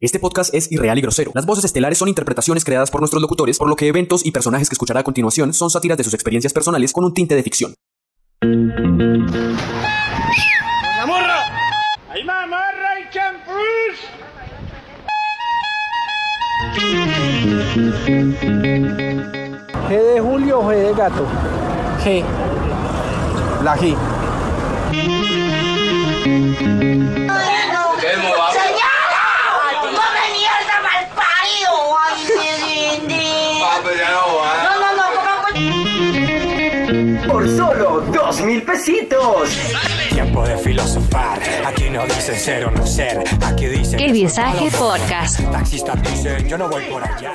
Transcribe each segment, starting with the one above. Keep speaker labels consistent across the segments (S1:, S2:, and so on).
S1: Este podcast es irreal y grosero. Las voces estelares son interpretaciones creadas por nuestros locutores, por lo que eventos y personajes que escuchará a continuación son sátiras de sus experiencias personales con un tinte de ficción.
S2: ¡La morra! ¡Hay mamorra y champús!
S3: G de Julio o G de gato.
S4: G.
S3: La G.
S5: ¡Señora! ¡No me mierda mal parido! ¡Ay, qué lindo! No, no, no, ¿cómo fue?
S6: por solo dos mil pesitos.
S7: Tiempo de filosofar, aquí no dicen ser o no ser, aquí dicen...
S8: El Visaje Podcast.
S7: Taxistas dicen, yo no voy por allá.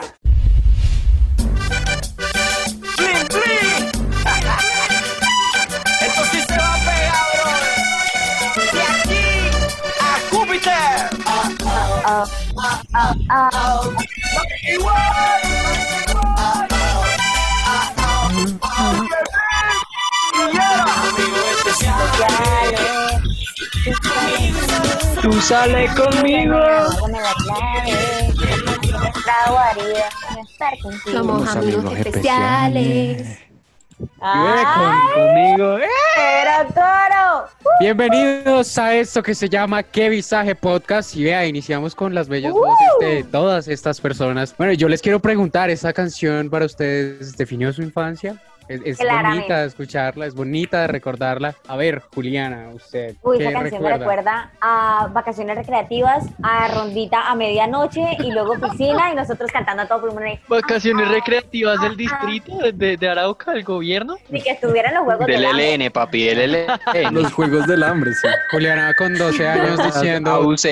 S2: Esto sí se va a pegar, brother. De aquí a Júpiter. Igual.
S3: Tú sales conmigo.
S5: Dame la clave. La guarida. Estar contigo.
S4: Somos amigos, especiales.
S3: Vive
S9: ¡Ah!
S3: con- conmigo. ¡Eh!
S5: ¡Pero toro!
S4: Bienvenidos a esto que se llama Qué Visaje Podcast. Y vea, iniciamos con las bellas voces de todas estas personas. Bueno, yo les quiero preguntar, ¿esta canción para ustedes definió su infancia? Es, es
S5: Claramente.
S4: bonita de escucharla, es bonita de recordarla. A ver, Juliana, usted,
S9: Uy,
S4: ¿qué
S9: esa canción me
S4: recuerda?
S9: recuerda a vacaciones recreativas, a rondita a medianoche y luego piscina y nosotros cantando a todo pulmón ahí.
S10: Vacaciones recreativas del distrito de, de- de Arauca, del gobierno.
S9: Ni Ah, que estuvieran los juegos
S10: Del
S9: del hambre.
S10: LN, papi, del LN.
S11: Los juegos del hambre, sí.
S4: Juliana con 12 años diciendo,
S10: AUC.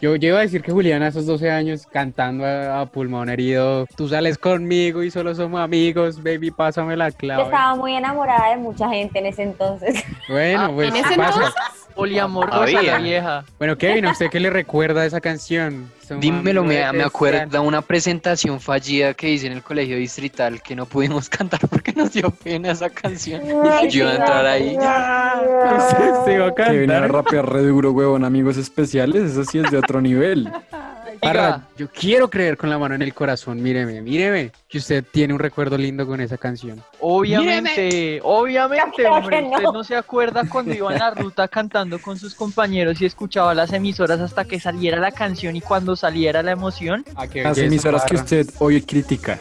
S4: yo, yo iba a decir que Juliana a esos 12 años cantando a, a pulmón herido, tú sales conmigo y solo somos amigos, baby, pásame la
S9: Yo
S4: clave.
S9: estaba muy enamorada de mucha gente en ese entonces.
S4: Bueno, pues pasa.
S10: Había.
S11: Poliamorosa la vieja.
S4: Bueno, Kevin, ¿a usted qué le recuerda esa canción? Su
S10: Dímelo,
S4: mami
S10: me,
S4: no
S10: me
S4: es
S10: acuerda una presentación fallida que hice en el colegio distrital que no pudimos cantar porque nos dio pena esa canción. Yo iba a entrar ahí.
S4: especial. Se iba a
S11: Que venía a
S4: cantar.
S11: rapear re duro, huevón, amigos especiales. Eso sí es de otro nivel.
S4: Parra, yo quiero creer con la mano en el corazón, míreme, míreme, que usted tiene un recuerdo lindo con esa canción.
S10: Obviamente,
S9: obviamente, hombre, usted no.
S10: se acuerda cuando iba en la ruta cantando con sus compañeros y escuchaba las emisoras hasta que saliera la canción y cuando saliera la emoción.
S4: Ah, qué
S11: Las
S4: belleza,
S11: emisoras que
S4: Parra.
S11: usted hoy critica.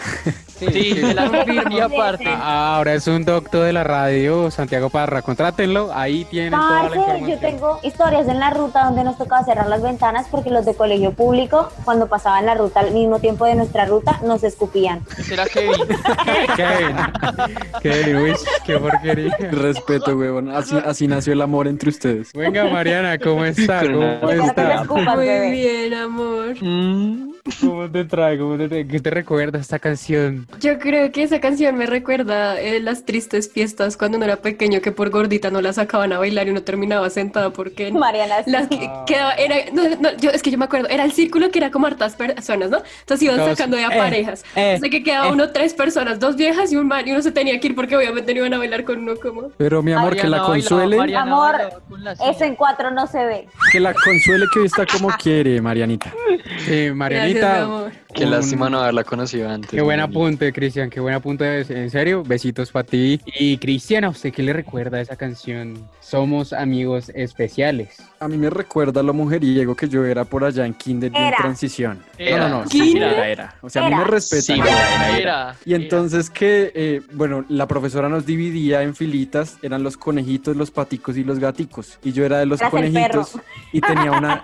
S4: Sí,
S10: Sí,
S4: sí.
S10: de la
S9: Sí,
S10: y aparte.
S4: Ah, ahora es un doctor de la radio, Santiago Parra. Contrátenlo, ahí tienen toda la
S9: Parce, yo
S4: información.
S9: tengo historias en la ruta donde nos tocaba cerrar las ventanas porque los de colegio público, cuando pasaban la ruta al mismo tiempo de nuestra ruta, nos escupían.
S10: Será Kevin.
S4: Kevin, Kevin, uy, qué porquería.
S11: Respeto, huevón. Así, así nació el amor entre ustedes.
S4: Venga, Mariana, ¿cómo está?
S10: Con una-
S4: ¿Cómo
S9: Yo creo que me
S4: está?
S9: escupan, bebé.
S8: bien, amor.
S10: Mm,
S4: ¿Cómo te trae? ¿Cómo te trae? ¿Qué te recuerda esta canción?
S8: Yo creo que esa canción me recuerda eh, las tristes fiestas cuando uno era pequeño que por gordita no la sacaban a bailar y uno terminaba sentada porque
S9: Mariana,
S8: las que
S4: Ah.
S8: quedaba, era, no, no, yo, es que yo me acuerdo, era el círculo que era como hartas personas, ¿no? Entonces iban
S4: Dos.
S8: sacando de a
S4: Eh,
S8: parejas.
S4: eh,
S8: Entonces que quedaba
S4: eh.
S8: uno tres personas, dos viejas y un man, y uno se tenía que ir porque obviamente no iban a bailar con uno como.
S11: Pero mi amor, que la consuele,
S9: amor, eso en cuatro no se ve.
S11: que la consuele que hoy está como quiere, Marianita.
S4: Sí, Marianita.
S8: Gracias, mi amor.
S10: Qué
S4: Un-
S10: lástima no haberla conocido antes.
S4: Qué buen
S10: Mariana.
S4: apunte, Cristian, qué buen apunte, en serio, besitos para ti. Y Cristian, ¿a usted qué le recuerda esa canción? Somos amigos especiales.
S11: A mí me recuerda lo mujeriego que yo era por allá en kinder de
S9: Era.
S11: transición.
S10: Era.
S11: No, no, no.
S8: ¿Kinder?
S11: era, era. O sea, a mí me
S9: Era.
S11: respeta.
S10: Sí, era, era.
S11: Y entonces que, eh, bueno, la profesora nos dividía en filitas, eran los conejitos, los paticos y los gaticos. Y yo era de los
S9: Eras el
S11: conejitos y tenía una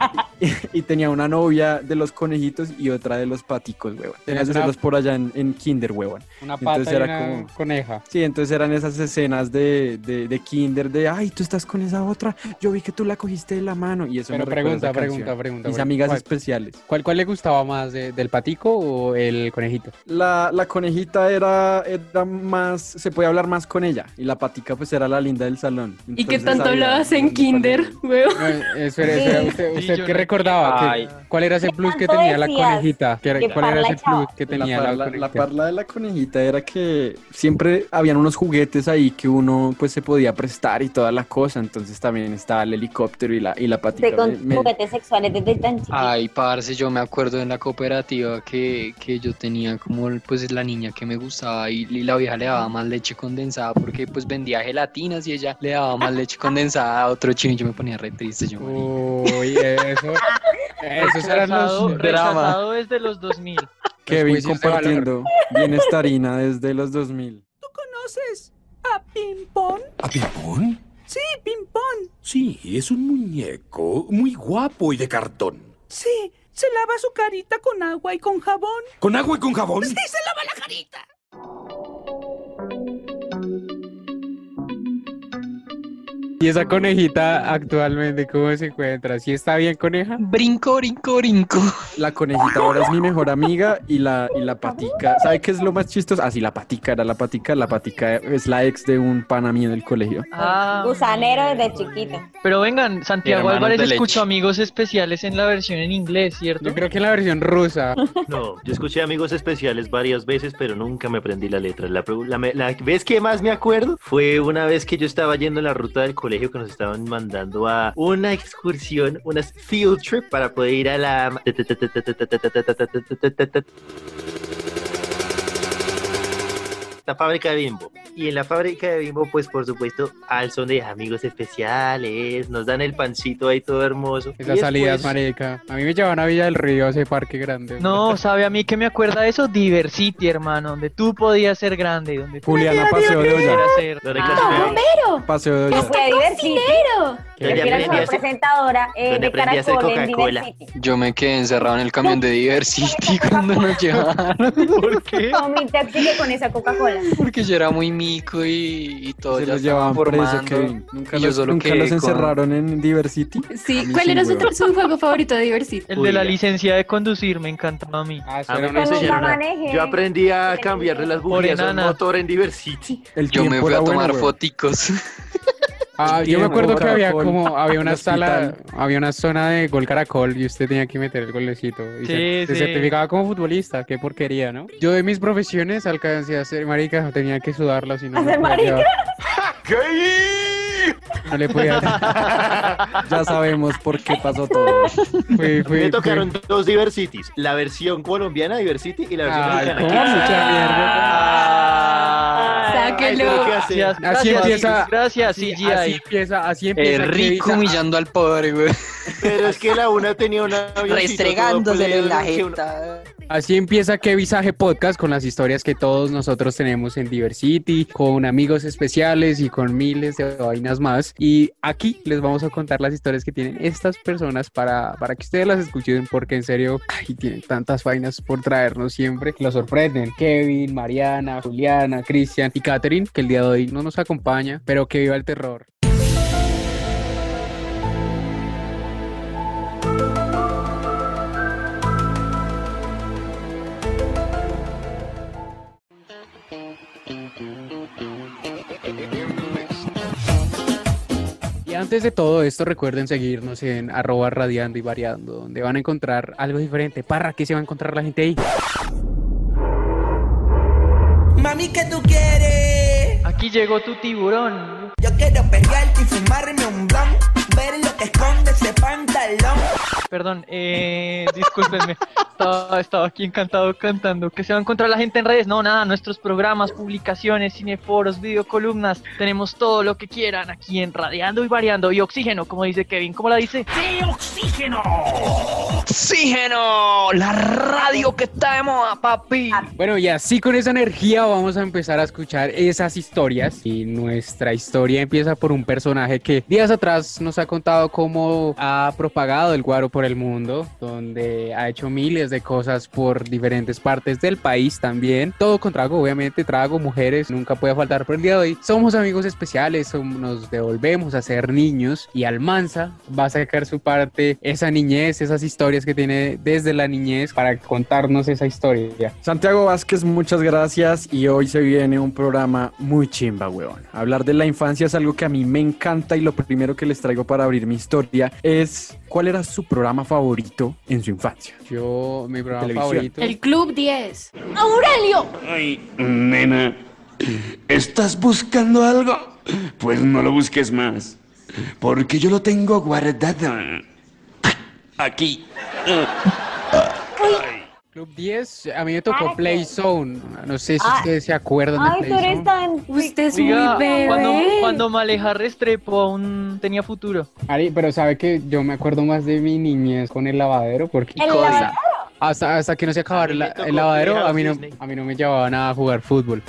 S11: y, tenía una novia de los conejitos y otra de los paticos, weón. Tenías que
S4: una-
S11: hacerlos por allá en, en kinder, weón.
S4: Una pata y una coneja.
S11: Sí, entonces eran esas escenas de, de, de kinder de, ay, tú estás con esa otra, yo vi que tú la cogiste de la mano. Y eso
S4: Pero
S11: me recuerda
S4: pregunta,
S11: esa
S4: pregunta,
S11: canción.
S4: pregunta,
S11: Mis
S4: pregunta.
S11: amigas
S4: ¿Cuál?
S11: especiales.
S4: ¿Cuál, cuál le gustaba más, de- del patico o el conejito?
S11: La, la conejita era, era más, se podía hablar más con ella. Y la patica pues era la linda del salón.
S12: ¿Y qué
S11: Entonces,
S12: tanto
S11: había-
S12: hablabas en kinder, weón?
S4: espere, espere, ¿usted, usted qué recordaba? ¿Qué-
S11: Ay.
S4: ¿Cuál era ese plus que tenía la conejita? ¿Qué era- ¿Cuál era ese plus que tenía
S11: la
S4: la,
S11: parla, la
S4: conejita?
S11: parla de la conejita era que siempre habían unos juguetes ahí que uno pues se podía prestar y toda la cosa. Entonces también estaba el helicóptero y la, y la patica.
S9: Usted
S11: Me-
S9: con
S11: me-
S9: juguetes sexuales desde tan chiquito.
S13: Ay, parce, yo me acuerdo en la cooperativa que, que yo tenía como pues la niña que me gustaba y, y la vieja le daba más leche condensada porque pues vendía gelatinas y ella le daba más leche condensada a otro chino y yo me ponía re triste, yo marica.
S11: Oh.
S4: Uy, eso. Esos eran
S10: Rechazado-
S4: los dramas.
S10: Rechazado desde los 2000.
S11: Kevin
S4: juicios de valor.
S11: compartiendo bienestarina desde los 2000.
S14: ¿Conoces a Pimpón?
S15: ¿A Pimpón?
S14: Sí, Pimpón.
S15: Sí, es un muñeco muy guapo y de cartón.
S14: Sí, se lava su carita con agua y con jabón.
S15: ¿Con agua y con jabón?
S14: Sí, se lava la carita.
S4: ¿Y esa conejita actualmente cómo se encuentra? ¿Sí está bien, coneja?
S13: Brinco, brinco, brinco.
S11: La conejita ahora es mi mejor amiga y la, y la patica. ¿Sabe qué es lo más chistoso? Ah, sí, la patica era la patica. La patica es la ex de un pana mío del colegio.
S13: Ah,
S9: Gusanero desde chiquito.
S10: Ah, Pero vengan, Santiago
S11: Hermanos
S10: Álvarez
S11: de leche.
S10: escuchó amigos especiales en la versión en inglés, ¿cierto?
S4: Yo creo que en la versión rusa.
S16: No, yo escuché amigos especiales varias veces, pero nunca me aprendí la letra. La, pro- la me- la vez que más me acuerdo fue una vez que yo estaba yendo en la ruta del colegio que nos estaban mandando a una excursión, una field trip para poder ir a la. La fábrica de Bimbo. Y en la fábrica de Bimbo, pues por supuesto, al son de amigos especiales, nos dan el pancito ahí todo hermoso.
S4: Esas
S16: Y
S4: salidas,
S16: después-
S4: marica. A mí me llevaban a Villa del Río, a ese parque grande. Ah,
S10: No, sabe a mí que me acuerda eso, Diversity, hermano, donde tú podías ser grande y donde tú
S11: Juliana Paseo de Olla.
S10: quisieras ser.
S8: Ah,
S9: bombero!
S11: Paseo de
S9: ¡Que
S11: olla.
S9: fue divertido!
S11: Que ya
S9: Yo era
S11: aprendí a
S9: mejor
S11: hacer-
S9: presentadora eh,
S13: donde
S9: de
S13: aprendí a hacer
S9: Caracol en
S13: Coca-Cola.
S9: Diversity.
S13: Yo me quedé encerrado en el camión de Diversity cuando nos llevaron
S9: Como mi taxi con esa Coca-Cola.
S13: porque yo era muy mico y, y todo.
S11: Se
S13: ya
S11: los llevaban
S13: estaban
S11: preso,
S13: formando,
S11: Kevin. Nunca
S13: y yo
S11: los,
S13: solo
S11: nunca
S13: quedé
S11: los
S13: con-
S11: encerraron en Diversity. A
S12: Sí,
S11: mí
S12: ¿cuál
S11: sí,
S12: era su,
S11: huevón.
S12: su juego favorito de Diversity?
S10: El de la licencia de conducir me encantaba a mí.
S16: A mí me enseñaron a- Yo aprendí a cambiarle las bujías a un
S10: enana.
S16: motor en Diversity.
S13: Yo me
S10: tiempo
S13: fui
S10: era
S13: a
S10: bueno,
S13: tomar
S10: weón.
S13: foticos.
S4: Ah,
S13: El
S4: yo me
S13: tiempo,
S4: acuerdo que había
S13: caracol,
S4: como, había una
S13: el
S4: sala,
S13: hospital.
S4: había una zona de gol caracol y usted tenía que meter el golecito. Y se,
S13: Sí,
S4: se
S13: sí.
S4: certificaba como futbolista, qué porquería, ¿no? Yo de mis profesiones alcancé a ser marica, tenía que sudarla si no. no
S9: ¿Hacer
S4: podía
S9: marica?
S4: llevar- No le podía.
S11: Ya sabemos por qué pasó todo.
S16: Me tocaron dos Diversities, la versión colombiana Diversity y la versión
S11: Ay,
S16: mexicana.
S11: ¿cómo?
S16: Ah,
S11: Mucha
S10: Sáquelo.
S16: Ay, lo que hace.
S4: Así empieza.
S10: Gracias,
S4: sí,
S10: CGI.
S4: Así empieza, así empieza.
S13: El rico
S4: Televisa.
S13: humillando al pobre, güey.
S16: Pero es que la una tenía una
S13: Restregándosele en la
S16: jeta.
S4: Así empieza Que Visaje Podcast con las historias que todos nosotros tenemos en Diversity, con amigos especiales y con miles de vainas más. Y aquí les vamos a contar las historias que tienen estas personas para, para que ustedes las escuchen, porque en serio, ay, tienen tantas vainas por traernos siempre. Los sorprenden Kevin, Mariana, Juliana, Cristian y Catherine, que el día de hoy no nos acompaña, pero que viva el terror. Y antes de todo esto, recuerden seguirnos en arroba radiando y variando, donde van a encontrar algo diferente. Parra, ¿qué se va a encontrar la gente ahí?
S14: Mami, ¿qué tú quieres?
S10: Aquí llegó tu tiburón.
S14: Yo quiero pelearte y fumarme un blon. Ver lo que esconde ese pantalón.
S10: Perdón, eh, discúlpenme. estaba, estaba aquí encantado cantando. Que se va a encontrar la gente en redes. No, nada, nuestros programas, publicaciones, cineforos, videocolumnas. Tenemos todo lo que quieran aquí en Radiando y Variando. Y Oxígeno, como dice Kevin. ¿Cómo la dice? ¡Sí, Oxígeno!
S13: ¡Oxígeno! La radio que está de moda, papi.
S4: Bueno, y así con esa energía vamos a empezar a escuchar esas historias. Y nuestra historia empieza por un personaje que días atrás nos ha contado cómo ha propagado el guaro por el del mundo, donde ha hecho miles de cosas por diferentes partes del país también. Todo con trago, obviamente, trago, mujeres, nunca puede faltar por el día de hoy. Somos amigos especiales, som- nos devolvemos a ser niños y Almanza va a sacar su parte, esa niñez, esas historias que tiene desde la niñez para contarnos esa historia.
S11: Santiago Vázquez, muchas gracias y hoy se viene un programa muy chimba, weón. Hablar de la infancia es algo que a mí me encanta y lo primero que les traigo para abrir mi historia es cuál era su programa favorito en su infancia.
S4: Yo, mi programa
S11: Televisión.
S4: favorito.
S8: El Club 10. ¡Aurelio!
S17: Ay, nena, ¿estás buscando algo? Pues no lo busques más, porque yo lo tengo guardado. Aquí.
S4: Club 10, a mí me tocó Play Zone. No sé si
S9: Ay.
S4: ustedes se acuerdan de
S9: Ay,
S4: Play
S9: tú eres
S4: Zone.
S9: tan... Usted
S10: Oiga, Cuando, cuando Maleja Restrepo aún tenía futuro.
S4: Ari, pero sabe que yo me acuerdo más de mi niñez con el lavadero porque
S10: ¿El
S4: Cosa.
S10: lavadero?
S4: Hasta, hasta que no se acabara la-
S10: tocó
S4: el lavadero,
S10: Playhouse
S4: a mí, no,
S10: Disney.
S4: a mí no me llevaban a jugar fútbol.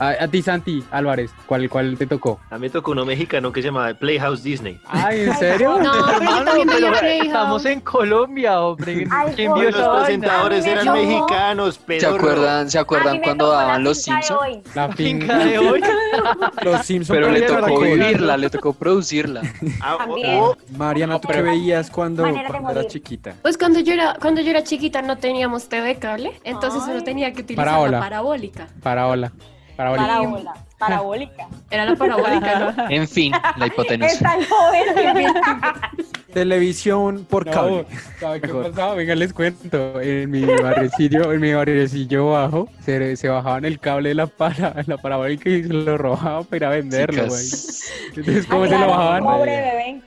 S4: A, a ti, Santi Álvarez, ¿cuál, ¿cuál te tocó?
S16: A mí tocó uno mexicano que se llamaba Playhouse Disney.
S4: Ay, ¿en serio?
S11: Ah,
S10: Hermano, Ah, pero
S11: eh,
S10: estamos en Colombia, hombre. ¿Quién vio
S16: Los
S10: esa vaina?
S16: presentadores eran mexicanos,
S13: ¿Se
S16: pedorro.
S13: acuerdan, ¿se acuerdan cuando daban los Simpsons?
S4: La
S13: finca de hoy.
S11: Los Simpsons.
S13: Pero le tocó vivirla,
S11: le tocó producirla.
S16: Ah, oh,
S11: Mariana, ¿tú qué veías cuando,
S8: Manera de
S11: cuando eras
S8: morir.
S11: chiquita?
S8: Pues cuando yo era, cuando yo era chiquita no teníamos TV cable, entonces uno tenía que utilizar
S4: Parábola.
S8: la parabólica.
S4: Parabola. Parabola.
S8: Parábola. Parabólica. Era la parabólica, ¿no?
S13: En fin, la hipotenusa.
S11: Televisión por cable.
S4: ¿Sabe qué pasaba? Venga, les cuento. En mi barrecillo, en mi barrecillo bajo, se, se bajaban el cable de la para, la parabólica y se lo robaban para venderlo, güey.
S13: Chicas.
S4: Entonces, ¿cómo se lo bajaban?
S8: bebé,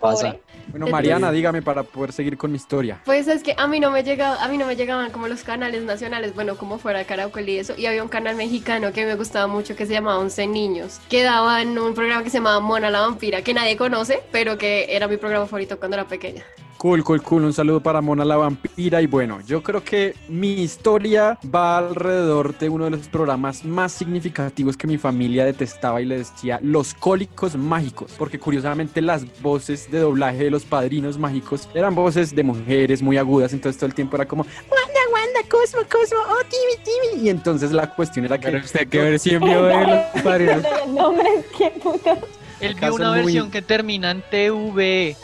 S11: Bueno,
S8: Te-
S11: Mariana, dígame para poder seguir con mi historia.
S8: Pues es que a mí no me llegaba, a mí no me llegaban como los canales nacionales, bueno, como fuera Caracol y eso, y había un canal mexicano que me gustaba mucho que se llamaba Once Niños, que daban un programa que se llamaba Mona la vampira, que nadie conoce, pero que era mi programa favorito cuando era pequeña.
S11: Cool, cool, cool. Un saludo para Mona la Vampira. Y bueno, yo creo que mi historia va alrededor de uno de los programas más significativos que mi familia detestaba y le decía Los Cólicos Mágicos. Porque curiosamente las voces de doblaje de los padrinos mágicos eran voces de mujeres muy agudas. Entonces todo el tiempo era como Wanda, Wanda, Cosmo, Cosmo, oh, Timmy, Timmy. Y entonces la cuestión era que. Pero
S4: usted qué versión vio de los padrinos.
S9: Los nombres, qué puto.
S10: Él
S11: Acá
S10: vio una
S11: son muy-
S10: versión que termina en TV.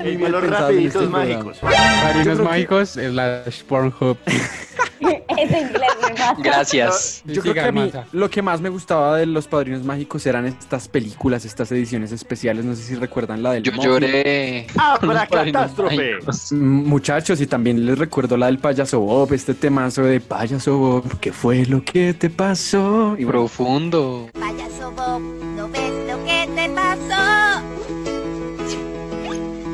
S16: Él vio
S11: este
S16: los rapiditos mágicos.
S4: Padrinos mágicos, slash Pornhub.
S9: Es inglés, ¿verdad?
S11: Yo creo que a mí lo que más me gustaba de Los Padrinos Mágicos eran estas películas, estas ediciones especiales. No sé si recuerdan la del
S13: Yo
S11: Mowgli.
S13: lloré.
S16: ¡Abra Ah, catástrofe!
S11: Mm, Muchachos, y también les recuerdo la del payaso Bob, este temazo de payaso Bob, ¿qué fue lo que te pasó? Y
S13: Profundo.
S5: Payaso Bob, ¿no ves lo que te pasó?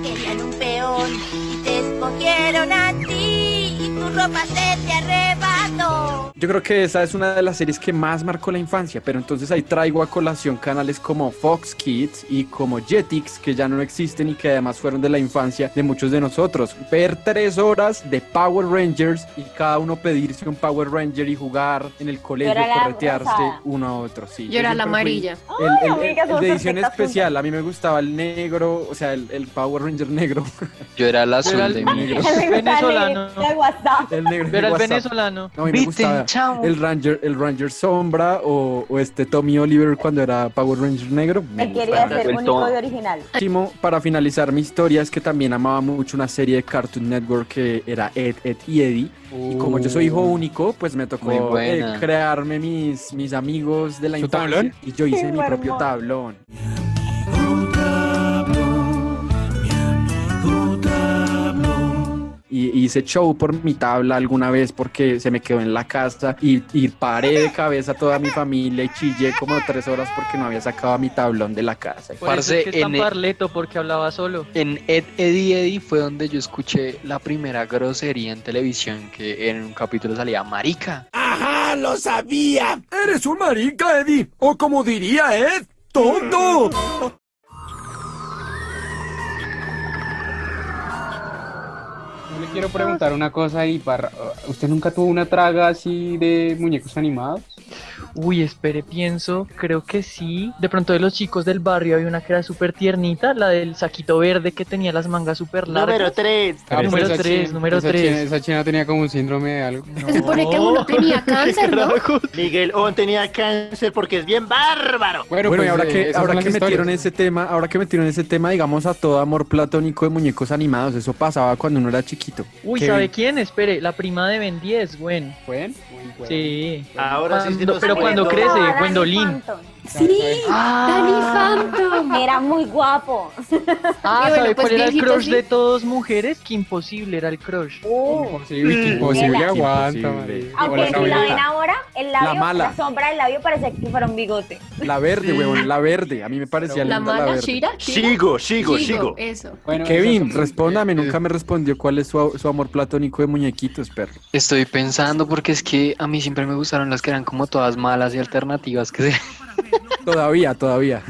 S5: Querían un peón y te escogieron a ti y tu ropa se te arrebató.
S11: Yo creo que esa es una de las series que más marcó la infancia, pero entonces ahí traigo a colación canales como Fox Kids y como Jetix, que ya no existen y que además fueron de la infancia de muchos de nosotros. Ver tres horas de Power Rangers y cada uno pedirse un Power Ranger y jugar en el colegio,
S8: Yo era la
S11: corretearse
S8: rosada.
S11: uno a otro. Sí,
S8: Yo era la
S11: siempre fui
S8: amarilla.
S11: El,
S8: Ay,
S11: el-
S8: amigas,
S11: el
S8: somos
S11: de edición
S8: perfectas
S11: especial, a mí me gustaba el negro, o sea, el, el Power Ranger negro.
S13: Yo era el azul
S11: Yo era el
S13: de mi
S11: negro.
S10: Venezolano.
S11: El negro de
S10: Pero el
S11: WhatsApp.
S10: venezolano.
S11: No, a mí me gustaba el Ranger, el Ranger Sombra o, o este Tommy Oliver cuando era Power Ranger negro. Me
S9: Él quería
S11: gustaba.
S9: ser único y original.
S11: Último, para finalizar mi historia, es que también amaba mucho una serie de Cartoon Network que era Ed, Ed y Eddie. Y como yo soy hijo único, pues me
S13: Uh. Muy
S11: tocó eh,
S13: buena.
S11: crearme mis, mis amigos de la
S13: ¿Su
S11: infancia.
S13: tablón?
S11: Y yo hice
S13: Qué
S11: mi propio
S13: hermoso.
S11: tablón. y hice show por mi tabla alguna vez porque se me quedó en la casa y, y paré de cabeza a toda mi familia y chillé como tres horas porque no había sacado mi tablón de la casa.
S10: Por eso es que es tan
S13: en el-
S10: parleto porque hablaba solo.
S13: En Ed, Eddie, Eddie fue donde yo escuché la primera grosería en televisión que en un capítulo salía marica.
S15: ¡Ajá, lo sabía! ¡Eres un marica, Eddie! O como diría Ed, ¡tonto!
S4: Yo le quiero preguntar una cosa y para... ¿Usted nunca tuvo una traga así de muñecos animados?
S10: Uy, espere, pienso, creo que sí. De pronto de los chicos del barrio había una que era súper tiernita, la del saquito verde que tenía las mangas súper largas.
S16: Número 3.
S4: Ah, pero
S10: número
S4: esa
S10: 3,
S4: china-
S10: número
S4: esa
S10: 3.
S4: china- esa china tenía como un síndrome de algo.
S8: Se supone que
S10: Oh,
S8: uno tenía cáncer, ¿no?
S16: Miguel On tenía cáncer porque es bien bárbaro.
S11: Bueno,
S4: pues,
S11: y
S4: eh,
S11: ahora que, ahora que metieron ese tema, ahora que metieron ese tema, digamos, a todo amor platónico de muñecos animados, eso pasaba cuando uno era chiquito.
S10: Uy,
S11: Que
S10: ¿sabe quién? Espere, la prima de Ben 10, Gwen.
S4: ¿Gwen?
S10: Sí.
S16: Ahora sí se
S10: Cuando-
S16: nos
S10: Pero cuando
S16: olvidó.
S10: crece,
S9: Danny
S10: Gwendolyn.
S9: Phantom.
S10: Sí,
S9: Danny Phantom. Era muy guapo.
S10: Ah,
S9: Y bueno,
S10: ¿sabe
S9: pues
S10: cuál era el
S9: viejito,
S10: crush
S9: sí.
S10: de todos mujeres? Que imposible era el crush.
S11: Oh.
S4: Imposible, que imposible
S9: Nela.
S4: aguanta,
S11: Imposible.
S4: marica.
S9: Aunque
S4: Hola,
S9: si la
S4: novela.
S9: ven ahora, el labio,
S11: La
S9: la,
S11: mala.
S9: sombra del labio parecía que fuera un bigote.
S11: La verde, huevón, la verde. A mí me parecía linda
S9: La
S11: la
S9: mala
S11: verde.
S9: Shira, Shira.
S16: Sigo, sigo, sigo.
S8: Eso.
S11: Kevin,
S4: eh,
S11: respóndame, nunca me respondió cuál es su, su amor platónico de muñequitos, perro.
S13: Estoy pensando porque es que a mí siempre me gustaron las que eran como todas malas y alternativas que se...
S11: Todavía, todavía.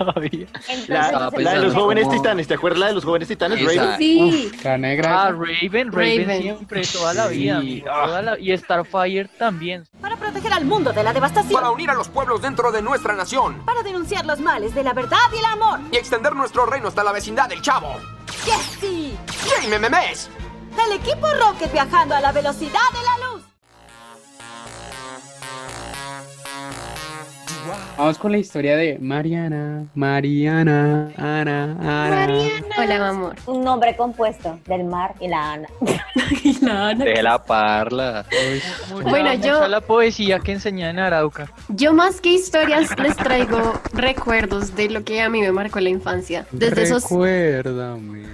S10: Ah,
S16: La,
S10: pues,
S13: Estaba
S16: la de los
S13: pensando
S16: jóvenes
S13: como-
S16: titanes, ¿te acuerdas la de los jóvenes titanes?
S13: Esa.
S16: Raven?
S8: Sí.
S4: eh, La
S10: Ah,
S4: negra.
S10: Raven, Raven,
S8: Raven.
S10: siempre, toda la vida.
S11: Sí.
S10: amigo, toda la- Y Starfire también.
S18: Para proteger al mundo de la devastación.
S19: Para unir a los pueblos dentro de nuestra nación
S18: Para denunciar los males de la verdad y el amor.
S19: y extender nuestro reino hasta la vecindad del Chavo.
S18: ¡Jesse!
S19: ¡Jamie Memes!
S18: El equipo Rocket viajando a la velocidad de la luz.
S4: Vamos con la historia de Mariana, Mariana, Ana, Ana.
S9: Hola, amor. Un nombre compuesto del mar y la Ana.
S13: De la parla.
S10: Bueno,
S8: Bueno, yo-
S10: yo... la poesía que enseñaba en Arauca.
S8: Yo más que historias les traigo recuerdos de lo que a mí me marcó la infancia. Desde esos,
S4: Recuérdame.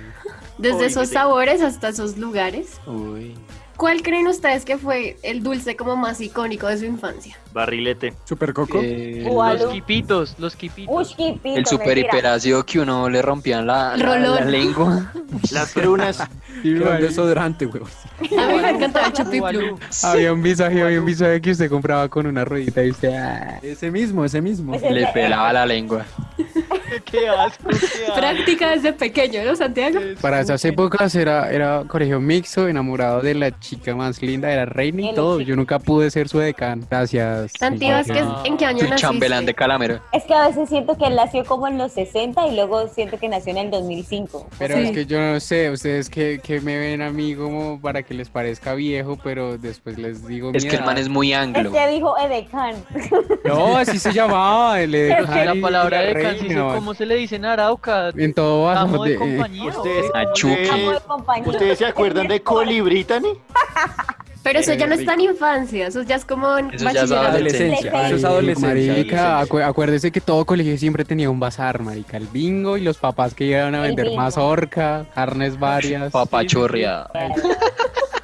S8: desde
S4: Uy,
S8: esos
S4: qué
S8: sabores hasta esos lugares.
S13: Uy.
S8: ¿Cuál creen ustedes que fue el dulce como más icónico de su infancia?
S16: Barrilete.
S11: Super Coco.
S13: Eh, Uh,
S10: los quipitos, los quipitos.
S13: El super hiperácido que uno le rompían la, la- la
S8: Rolón.
S13: lengua.
S16: Las frunas.
S11: Era un desodorante, huevón.
S8: A mí me encantaba el chupiplú.
S4: Había un visaje, había un visaje que usted compraba con una ruedita y usted. ah.
S11: Ese mismo, ese mismo.
S8: Pues ese- Le pelaba
S13: la lengua.
S10: Qué asco.
S8: Práctica desde pequeño, ¿no, Santiago?
S4: Para esas épocas era, era colegio mixto, enamorado de la chica más linda, era reina y
S8: El
S4: todo. Yo nunca pude ser su decán. Gracias.
S9: Santiago, es que- ¿en qué año
S13: El
S9: naciste?
S13: chambelán de Calamero.
S9: Es que a veces siento que él nació como en los 60 y luego siento que nació en el 2005.
S4: Pero es que yo no sé, ustedes que, que me ven a mí como para que les parezca viejo, pero después les digo.
S13: Es que el
S4: "Mira,
S13: man es muy anglo.
S9: Este dijo Edecán.
S4: No, así se llamaba. El
S10: Pero si
S4: edecán
S10: la
S4: y
S10: palabra
S4: la
S10: de
S4: reina,
S10: canciso,
S4: man.
S10: ¿cómo se le dice en Arauca?
S4: En todo
S10: Amo
S4: vaso
S10: de
S4: de.
S10: compañía.
S16: Ustedes,
S4: Achuca.
S16: ustedes- ¿ustedes se acuerdan de Colibritani?
S8: Pero eso
S16: Qué
S8: ya no es
S16: rico.
S8: tan infancia, eso ya es como en
S16: Eso ya es
S8: bachillerato.
S16: adolescencia, eso es adolescencia,
S4: Marica,
S16: adolescencia.
S4: acu- acuérdese que todo colegio siempre tenía un bazar, marica. El bingo y los papás que llegaban a
S13: El
S4: vender
S13: bingo.
S4: mazorca, carnes varias.
S13: Papachurria.
S11: Las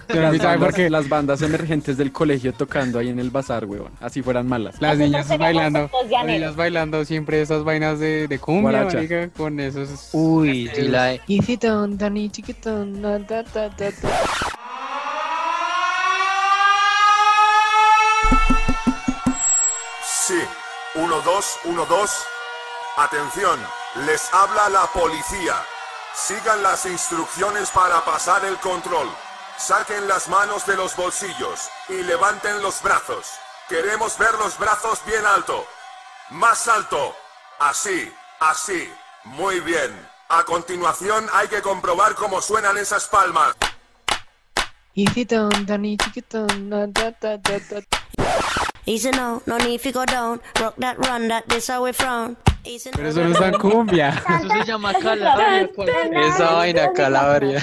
S4: ¿Sabe por
S11: bandas,
S4: qué?
S11: las bandas emergentes del colegio tocando ahí en el bazar, huevón. Así fueran malas.
S4: Las niñas bailando,
S9: conceptos
S4: las
S9: llaneros.
S4: niñas bailando siempre esas vainas de, de cumbia,
S11: Guaracha.
S4: marica, con esos...
S13: Uy, eh. y la de-
S18: Hicitón, Dani, chiquitón, na, ta, ta, ta, ta.
S20: Sí, 1-2, 1-2. Atención, les habla la policía. Sigan las instrucciones para pasar el control. Saquen las manos de los bolsillos y levanten los brazos. Queremos ver los brazos bien alto. Más alto. Así, así. Muy bien. A continuación hay que comprobar cómo suenan esas palmas.
S18: Hicitón, Dani, chiquitón, na, ta, ta, ta, ta.
S5: Easy now, no need to go down. Rock that, run that, this away from. Easy
S4: Pero eso no es tan cumbia.
S10: Eso se llama Calabria. ¿cuál?
S13: Esa vaina Calabria.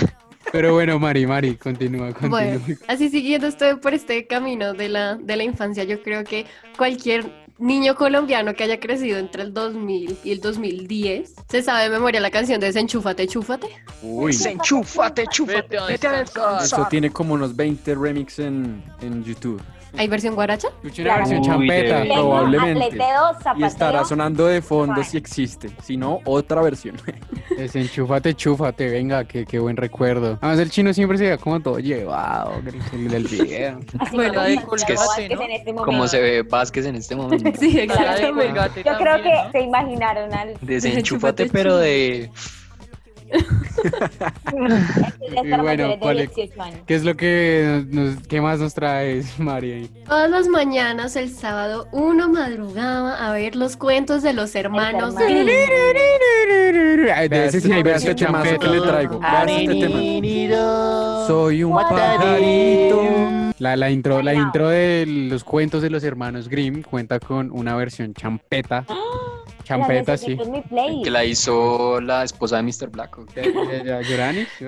S4: Pero bueno, Mari, Mari, continúa, continúa.
S8: Bueno, así siguiendo estoy por este camino de la, de la infancia, yo creo que cualquier niño colombiano que haya crecido entre el 2000 y el 2010 se sabe de memoria la canción de Desenchúfate, chúfate.
S11: Uy.
S8: Desenchúfate, chúfate, vete a
S11: Eso tiene como unos 20 remix en, en YouTube.
S8: ¿Hay versión guaracha?
S4: Escuché una versión champeta.
S11: Tengo Probablemente. atleteo, Y
S8: zapateo.
S11: estará sonando de fondo si existe. Si no, otra versión.
S4: Desenchúfate, chúfate, venga, qué, qué buen recuerdo. Además, el chino siempre se veía como todo llevado, que el del video.
S10: la de colgate,
S9: Vázquez
S10: ¿no?
S9: en este
S13: Como
S9: momento.
S13: se ve Vázquez en este momento.
S9: Sí,
S10: exactamente.
S9: Yo creo que se imaginaron al
S13: Desenchúfate, pero de.
S9: este
S4: Y bueno, Poli, ¿qué es lo que, nos- qué más nos traes, María?
S8: Todas las mañanas, el sábado, uno madrugaba a ver los cuentos de los hermanos
S9: Este,
S8: Grimm.
S4: Ay, De ese sí hay
S11: veas este
S4: versión
S11: temazo que
S4: champeta.
S11: le traigo. veas este tema. Soy un pajarito.
S4: La, la intro, la intro de los cuentos de los hermanos Grimm cuenta con una versión champeta. Champeta, sí.
S13: Que la hizo la esposa de Mr. Black. ¿o qué?
S8: La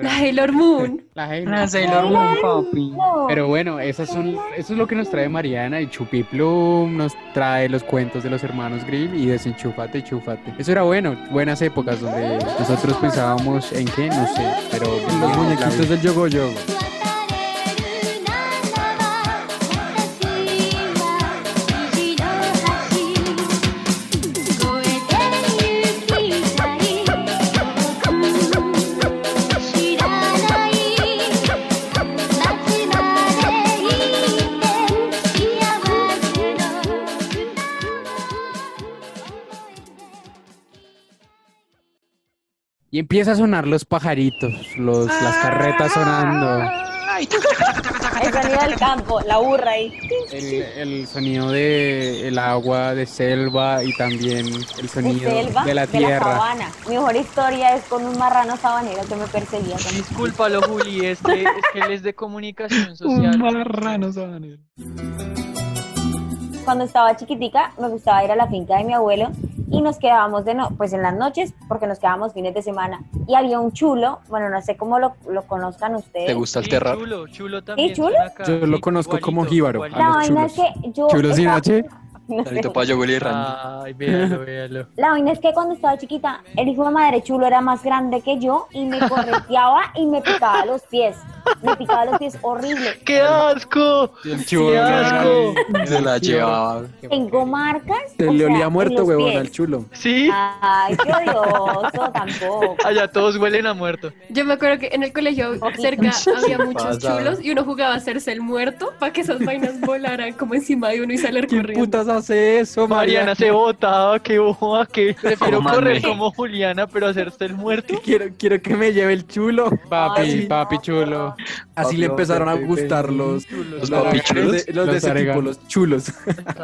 S8: Sailor Moon.
S4: La
S13: La Sailor Moon,
S4: papi. Pero bueno, esas son, eso es lo que nos trae Mariana y Chupiplum nos trae los cuentos de los hermanos Grimm y desenchúfate, chúfate. Eso era bueno, buenas épocas donde nosotros pensábamos en qué, no sé, pero
S11: Los muñequitos del Yogo Yogo.
S4: Y empieza a sonar los pajaritos, los, las carretas sonando,
S9: El sonido del campo, la burra ahí.
S4: el, el sonido de el agua de selva y también el
S9: De
S4: sonido
S9: selva,
S4: de la tierra.
S9: sabana. Mi mejor historia es con un marrano sabanero que me perseguía. con-
S10: Discúlpalo, Juli, es que, es que él es de comunicación social.
S9: Cuando estaba chiquitica, me gustaba ir a la finca de mi abuelo y nos quedábamos de no, pues en las noches, porque nos quedábamos fines de semana. Y había un chulo, bueno, no sé cómo lo, lo conozcan ustedes.
S11: ¿Te gusta el terror?
S10: Chulo, chulo también.
S9: ¿Sí, chulo?
S10: suena acá.
S11: Yo lo conozco como jíbaro.
S9: La
S11: A los
S9: vaina
S11: chulos.
S9: es que yo.
S11: ¿Chulos sin
S9: estaba-
S11: H?
S9: No sé.
S10: Ay, véalo, véalo.
S9: La vaina es que cuando estaba chiquita, el hijo de madre chulo era más grande que yo y me correteaba y me picaba los pies. Me picaba los pies horrible.
S10: ¡Qué asco!
S13: El
S11: chulo.
S13: ¡Qué asco! Se la
S11: chulo.
S13: llevaba.
S9: Tengo marcas.
S11: Te
S9: o
S11: le
S9: sea,
S11: olía
S9: en
S11: muerto,
S9: los
S11: huevón,
S9: pies.
S11: al chulo.
S10: Sí.
S9: Ay, qué odioso tampoco.
S10: Allá todos huelen a muerto.
S8: Yo me acuerdo que en el colegio cerca había muchos
S10: Pasado.
S8: chulos y uno jugaba a hacerse el muerto para que esas vainas volaran como encima de uno y salir corriendo.
S11: putas hace eso,
S10: Mariana se botaba, qué boba, que prefiero
S11: Como
S10: correr
S11: Andrés.
S10: como Juliana, pero hacerse el muerto.
S11: Quiero, quiero que me lleve el chulo.
S4: Papi,
S11: Así-
S4: papi chulo.
S11: Así le empezaron a gustar los,
S4: Los
S11: los,
S4: papichulos.
S11: de, los de
S4: Los
S11: ese tipo,
S4: aregan.
S11: los chulos.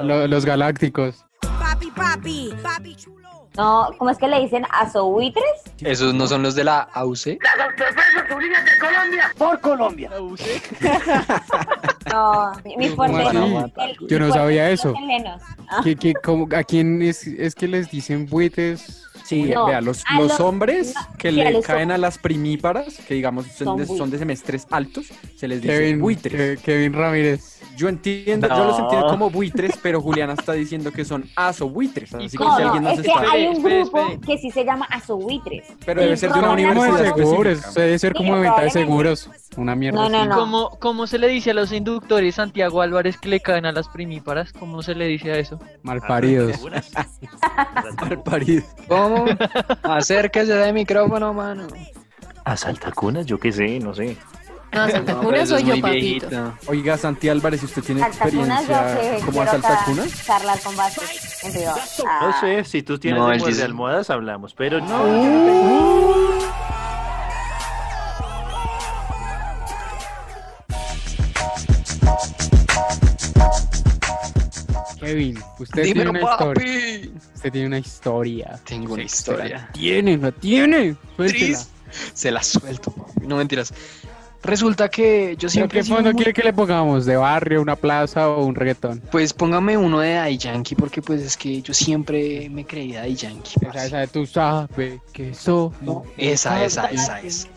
S4: Lo- los galácticos.
S5: Papi, papi, papi chulo.
S9: No, ¿cómo es que le dicen azobuitres?
S13: ¿Esos no son los de la AUC?
S9: de Colombia. Por Colombia. No, mi
S4: ¿Cómo
S9: fuerte.
S4: así? Yo no sabía eso. ¿Qué- qué- cómo- ¿A quién es, es que les dicen buites?
S11: Sí, vea, los, los hombres que le caen a las primíparas, que digamos son
S4: Son
S11: de, son de
S4: buitres.
S11: semestres altos, se les dice
S4: Kevin,
S11: buitres.
S4: Ke- Kevin Ramírez.
S11: Yo entiendo, yo los
S4: No.
S11: entiendo como buitres, pero Juliana está diciendo que son aso buitres. Así que
S9: No,
S11: si alguien
S9: no,
S11: nos
S9: es que
S11: está.
S9: hay un grupo que sí se llama azobuitres.
S11: Pero debe
S9: Y
S11: ser de una
S9: roban las
S11: universidad
S9: cosas.
S11: específica.
S4: Seguros, debe ser
S9: Sí,
S4: como de venta de
S9: probablemente.
S4: seguros. Una mierda. así.
S10: ¿Cómo, cómo se le dice a los inductores Santiago Álvarez que le caen a las primíparas? ¿Cómo se le dice a eso?
S4: Malparidos.
S11: Malparidos.
S13: ¿Cómo? Acérquese de micrófono, mano.
S16: ¿A saltacunas? Yo qué sé, no sé.
S8: No,
S11: No,
S8: Santa
S11: pero
S8: no,
S11: eso es
S8: soy yo,
S11: muy
S8: papito.
S11: viejito. Oiga, Santi Álvarez, si usted tiene
S9: Saltacunas, yo
S11: experiencia
S9: que
S11: como a
S9: quiero
S11: saltacunas.
S9: ca- charlar con Vázquez en privado.
S16: No
S9: Ah.
S16: sé, si tú tienes
S11: No,
S16: de
S11: él
S16: muerde
S11: dice-
S16: almohadas hablamos, pero no.
S9: Uh.
S4: Kevin, usted tiene
S13: Dímelo,
S4: una
S13: papi.
S4: historia. Usted tiene una historia.
S13: Tengo
S4: Usted
S13: una
S4: la
S13: historia.
S4: Tiene, la tiene. Suéltela.
S13: Tris, se la suelto, papi. No mentiras. Resulta que
S4: ¿Pero
S13: yo siempre. he
S4: qué
S13: sido
S4: fondo
S13: muy-
S4: quiere que le pongamos? ¿De barrio, una plaza o un reggaetón?
S13: Pues póngame uno de Daddy Yankee, porque pues es que yo siempre me creí Daddy Yankee.
S4: Esa, esa de tú sabes que soy.
S13: Esa, esa, esa es.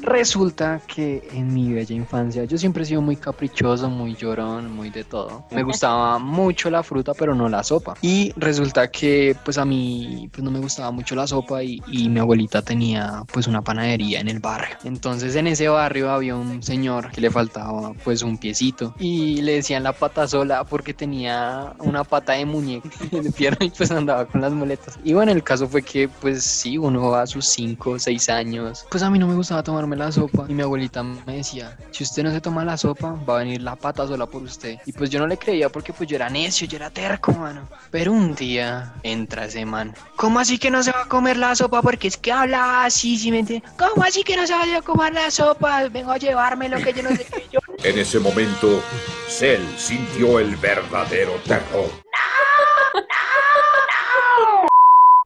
S13: Resulta que en mi bella infancia yo siempre he sido muy caprichoso, muy llorón, muy de todo. Me gustaba mucho la fruta, pero no la sopa. Y resulta que pues a mí pues, no me gustaba mucho la sopa y, y mi abuelita tenía pues una panadería en el barrio. Entonces en ese barrio había un señor que le faltaba pues un piecito y le decían la pata sola porque tenía una pata de muñeca de pierna y pues andaba con las muletas. Y bueno, el caso fue que pues sí, uno a sus 5 o 6 años, pues a mí no me gustaba tomarme la sopa y mi abuelita me decía, si usted no se toma la sopa, va a venir la pata sola por usted. Y pues yo no le creía porque pues yo era necio, yo era terco, mano. Pero un día entra ese man. ¿Cómo así que no se va a comer la sopa? Porque es que habla así, si me entiende? ¿Cómo así que no se va a comer la sopa? Vengo a llevarme lo que yo no sé qué. Yo
S1: En ese momento, Cell sintió el verdadero terror.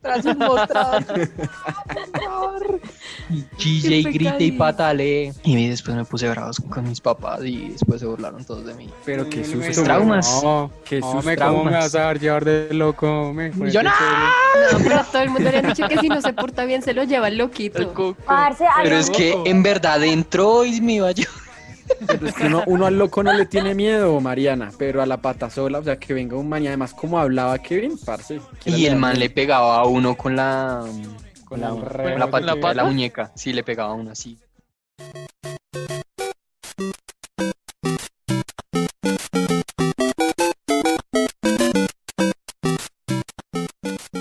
S13: Tras un mostrador. Chille y grite y
S10: pecadillo.
S13: patale. Y después me puse bravos con mis papás y después se burlaron todos de mí.
S11: Pero qué
S13: Mis
S11: susto.
S13: Traumas.
S4: No,
S11: Qué
S4: no,
S11: sus
S4: me, ¿cómo me
S11: traumas.
S4: vas a dar llevar de loco? Me, pues,
S13: Yo
S4: en
S13: no.
S4: serio.
S12: No, pero a todo el mundo le han dicho que si no se porta bien se lo lleva el loquito.
S9: Parce, hay
S13: Pero
S9: un-
S13: es que en verdad entró y me iba yo.
S11: Pero es que uno, uno al loco no le tiene miedo, Mariana, pero a la pata sola, o sea, que venga un man y además como hablaba Kevin, parce. que era
S13: Y el
S11: la-
S13: man le pegaba a uno con la. Con la, con la
S11: con
S13: patita,
S11: la
S13: la,
S11: pata.
S13: muñeca. Sí, le pegaba a uno así.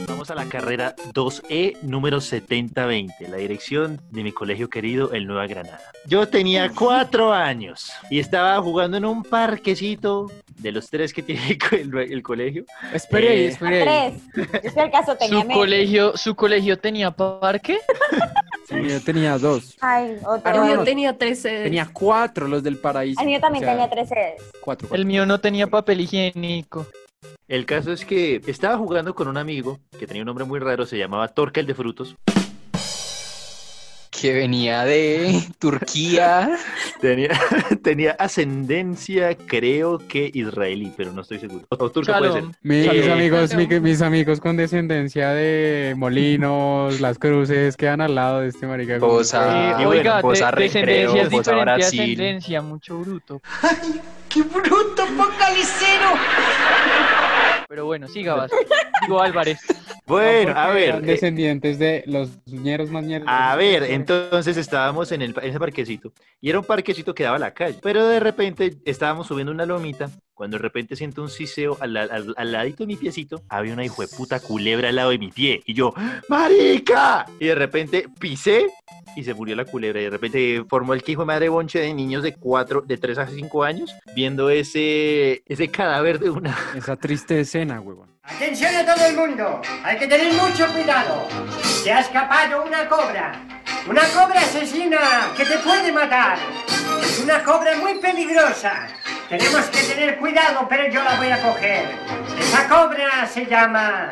S16: Vamos a la carrera 2E número 7020, la dirección de mi colegio querido, el Nueva Granada. Yo tenía cuatro años y estaba jugando en un parquecito de los tres que tiene el, co- el nue- el colegio.
S4: Espere ahí,
S16: Eh,
S4: espere ahí.
S9: Tres. Yo si acaso tenía
S10: ¿Su
S9: menos.
S10: colegio, ¿Su colegio tenía parque?
S11: Sí, yo tenía dos.
S9: Ay, otro.
S11: Ah, no, no, no.
S12: tenía tres sedes.
S11: Tenía cuatro los del paraíso.
S9: El mío también
S11: o sea,
S9: tenía tres sedes.
S11: Cuatro, cuatro.
S10: El mío no tenía papel higiénico.
S16: El caso es que estaba jugando con un amigo que tenía un nombre muy raro, se llamaba Torca el de Frutos.
S13: Que venía de Turquía.
S16: Tenía, tenía ascendencia, creo que israelí, pero no estoy seguro. O turca puede ser.
S10: Shalom.
S4: Mis
S16: Eh,
S4: amigos, mi- mis amigos con descendencia de Molinos, Las Cruces, quedan al lado de este marica.
S13: Cosa-
S10: Eh,
S13: Y bueno,
S10: oiga,
S13: pues a
S10: de,
S13: recreo,
S10: descendencia es
S13: pues a
S10: diferente a
S13: Brasil.
S10: ascendencia, mucho bruto.
S2: ¡Qué bruto focalicero!
S10: Pero bueno, siga, Vasco. Digo Álvarez.
S16: Bueno,
S4: porque
S16: a ver.
S4: eran
S16: eh,
S4: Descendientes de los ñeros más ñeros.
S16: A ver, entonces estábamos en, el, en ese parquecito y era un parquecito que daba a la calle, pero de repente estábamos subiendo una lomita. Cuando de repente siento un siseo al, la- al- al ladito de mi piecito, había una hijo de puta culebra al lado de mi pie. Y yo, ¡Marica! Y de repente pisé y se murió la culebra. Y de repente formó el que hijo de madre bonche de niños de cuatro, de 3 a 5 años, viendo ese, ese cadáver de una.
S11: Esa triste escena, huevón.
S7: Atención a todo el mundo, hay que tener mucho cuidado. Se ha escapado una cobra, una cobra asesina que te puede matar. Es una cobra muy peligrosa. Tenemos que tener cuidado, pero yo la voy a coger. Esa cobra se llama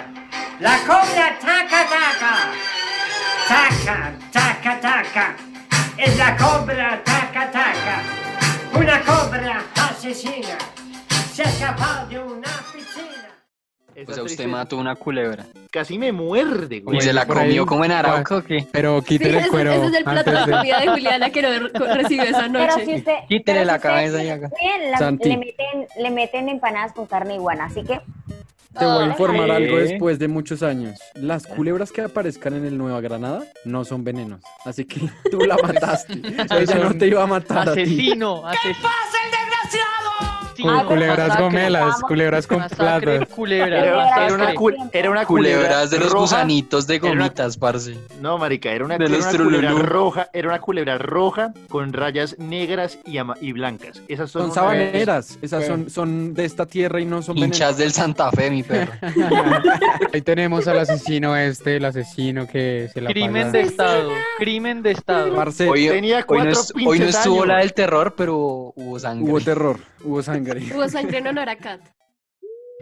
S7: la cobra taca taca. Taca, taca, taca. Es la cobra taca taca. Una cobra asesina. Se ha escapado de una piscina.
S13: O sea, usted mató una culebra.
S16: Casi me muerde, güey.
S13: Y se la
S4: Por ahí.
S13: comió como en Arauco. ¿o qué?
S4: Pero quítale el
S12: ese-
S4: cuero.
S12: ese es el plato de
S4: antes de-
S12: comida de Juliana que no re- recibió esa noche.
S9: Pero si usted,
S13: Quítele
S9: pero
S13: la
S9: si usted
S13: cabeza y haga.
S9: bien, la-
S11: Santi.
S9: le, meten, le meten empanadas con carne de iguana, así que
S11: Te voy a informar
S16: Ay.
S11: algo después de muchos años. Las culebras que aparezcan en el Nueva Granada no son venenos. Así que tú la mataste. Ella no te iba a matar a ti.
S10: Asesino, asesino. ¿Qué
S4: Cu-
S10: pasa, el desgraciado?
S4: culebras gomelas, culebras con
S10: Masacre
S4: platos.
S10: culebra.
S16: Era, era una, cul- era una culebra
S13: Culebras de los
S16: roja.
S13: gusanitos de
S16: Era una-
S13: gomitas, parce.
S16: No, marica, era una,
S13: De
S16: era
S13: los
S16: una culebra
S13: Trululú.
S16: roja, era una culebra roja con rayas negras y, ama- y blancas. Esas son,
S11: Son
S16: una-
S11: sabaneras. Esas son, son de esta tierra y no son venenos.
S13: Hinchas del Santa Fe, mi perro.
S4: Ahí tenemos al asesino este, el asesino que se la
S10: Crimen
S4: pasa.
S10: de Estado. Crimen de Estado.
S11: Parce,
S13: Hoy,
S16: Tenía
S13: hoy no
S16: cuatro
S13: es- hoy no
S16: pinches
S13: estuvo
S16: años.
S13: la del terror, pero hubo sangre.
S11: hubo terror, hubo sangre.
S12: Hubo sangre en honor a Kat.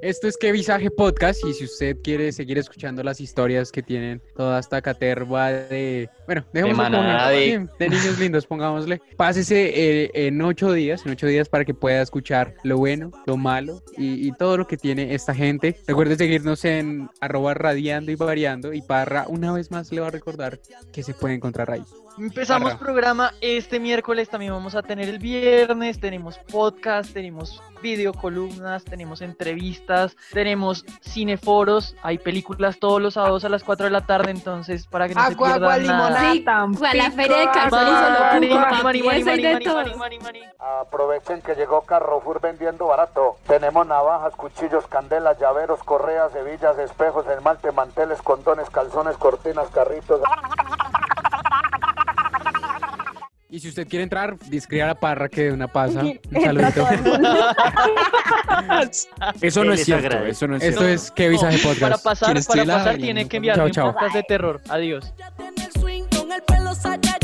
S4: Esto es Que Visaje Podcast y si usted quiere seguir escuchando las historias que tienen toda esta caterva de... Bueno, dejemos
S13: manada de-
S4: de niños lindos, pongámosle. Pásese eh, en ocho días, en ocho días para que pueda escuchar lo bueno, lo malo y, y todo lo que tiene esta gente. Recuerde seguirnos en arroba radiando y variando y Parra una vez más le va a recordar que se puede encontrar ahí.
S10: Empezamos
S4: Arra.
S10: programa este miércoles, también vamos a tener el viernes, tenemos podcast, tenemos videocolumnas, tenemos entrevistas, tenemos cineforos, hay películas todos los sábados a las 4 de la tarde, entonces para que no se
S6: Agua,
S10: pierdan
S6: agua,
S10: nada.
S13: Ah,
S6: limonada.
S12: Fue a la feria de Carson y solo
S10: Mari,
S12: cuco,
S10: Mari,
S12: papi,
S10: Mari, Mari,
S12: eso hay
S10: Mari,
S12: de
S10: Mari,
S12: todo.
S21: Aprovechen que llegó Carrefour vendiendo barato. Tenemos navajas, cuchillos, candelas, llaveros, correas, hebillas, espejos, esmalte, manteles, condones, calzones, cortinas, carritos.
S4: Y si usted quiere entrar, describe a la parra que de una pasa. Un Entra
S6: todo
S4: saludito.
S6: el
S11: Eso no
S4: Él
S11: es
S4: les
S11: cierto,
S4: agrada.
S11: eso no es
S4: Esto
S11: cierto.
S4: es Qué Visaje Podcast.
S10: Para pasar,
S4: Quien esté
S10: para
S4: la
S10: pasar
S4: bailando.
S10: tiene que enviar
S4: Chao, chao.
S10: podcast de terror. Adiós.
S6: el swing con el pelo saltado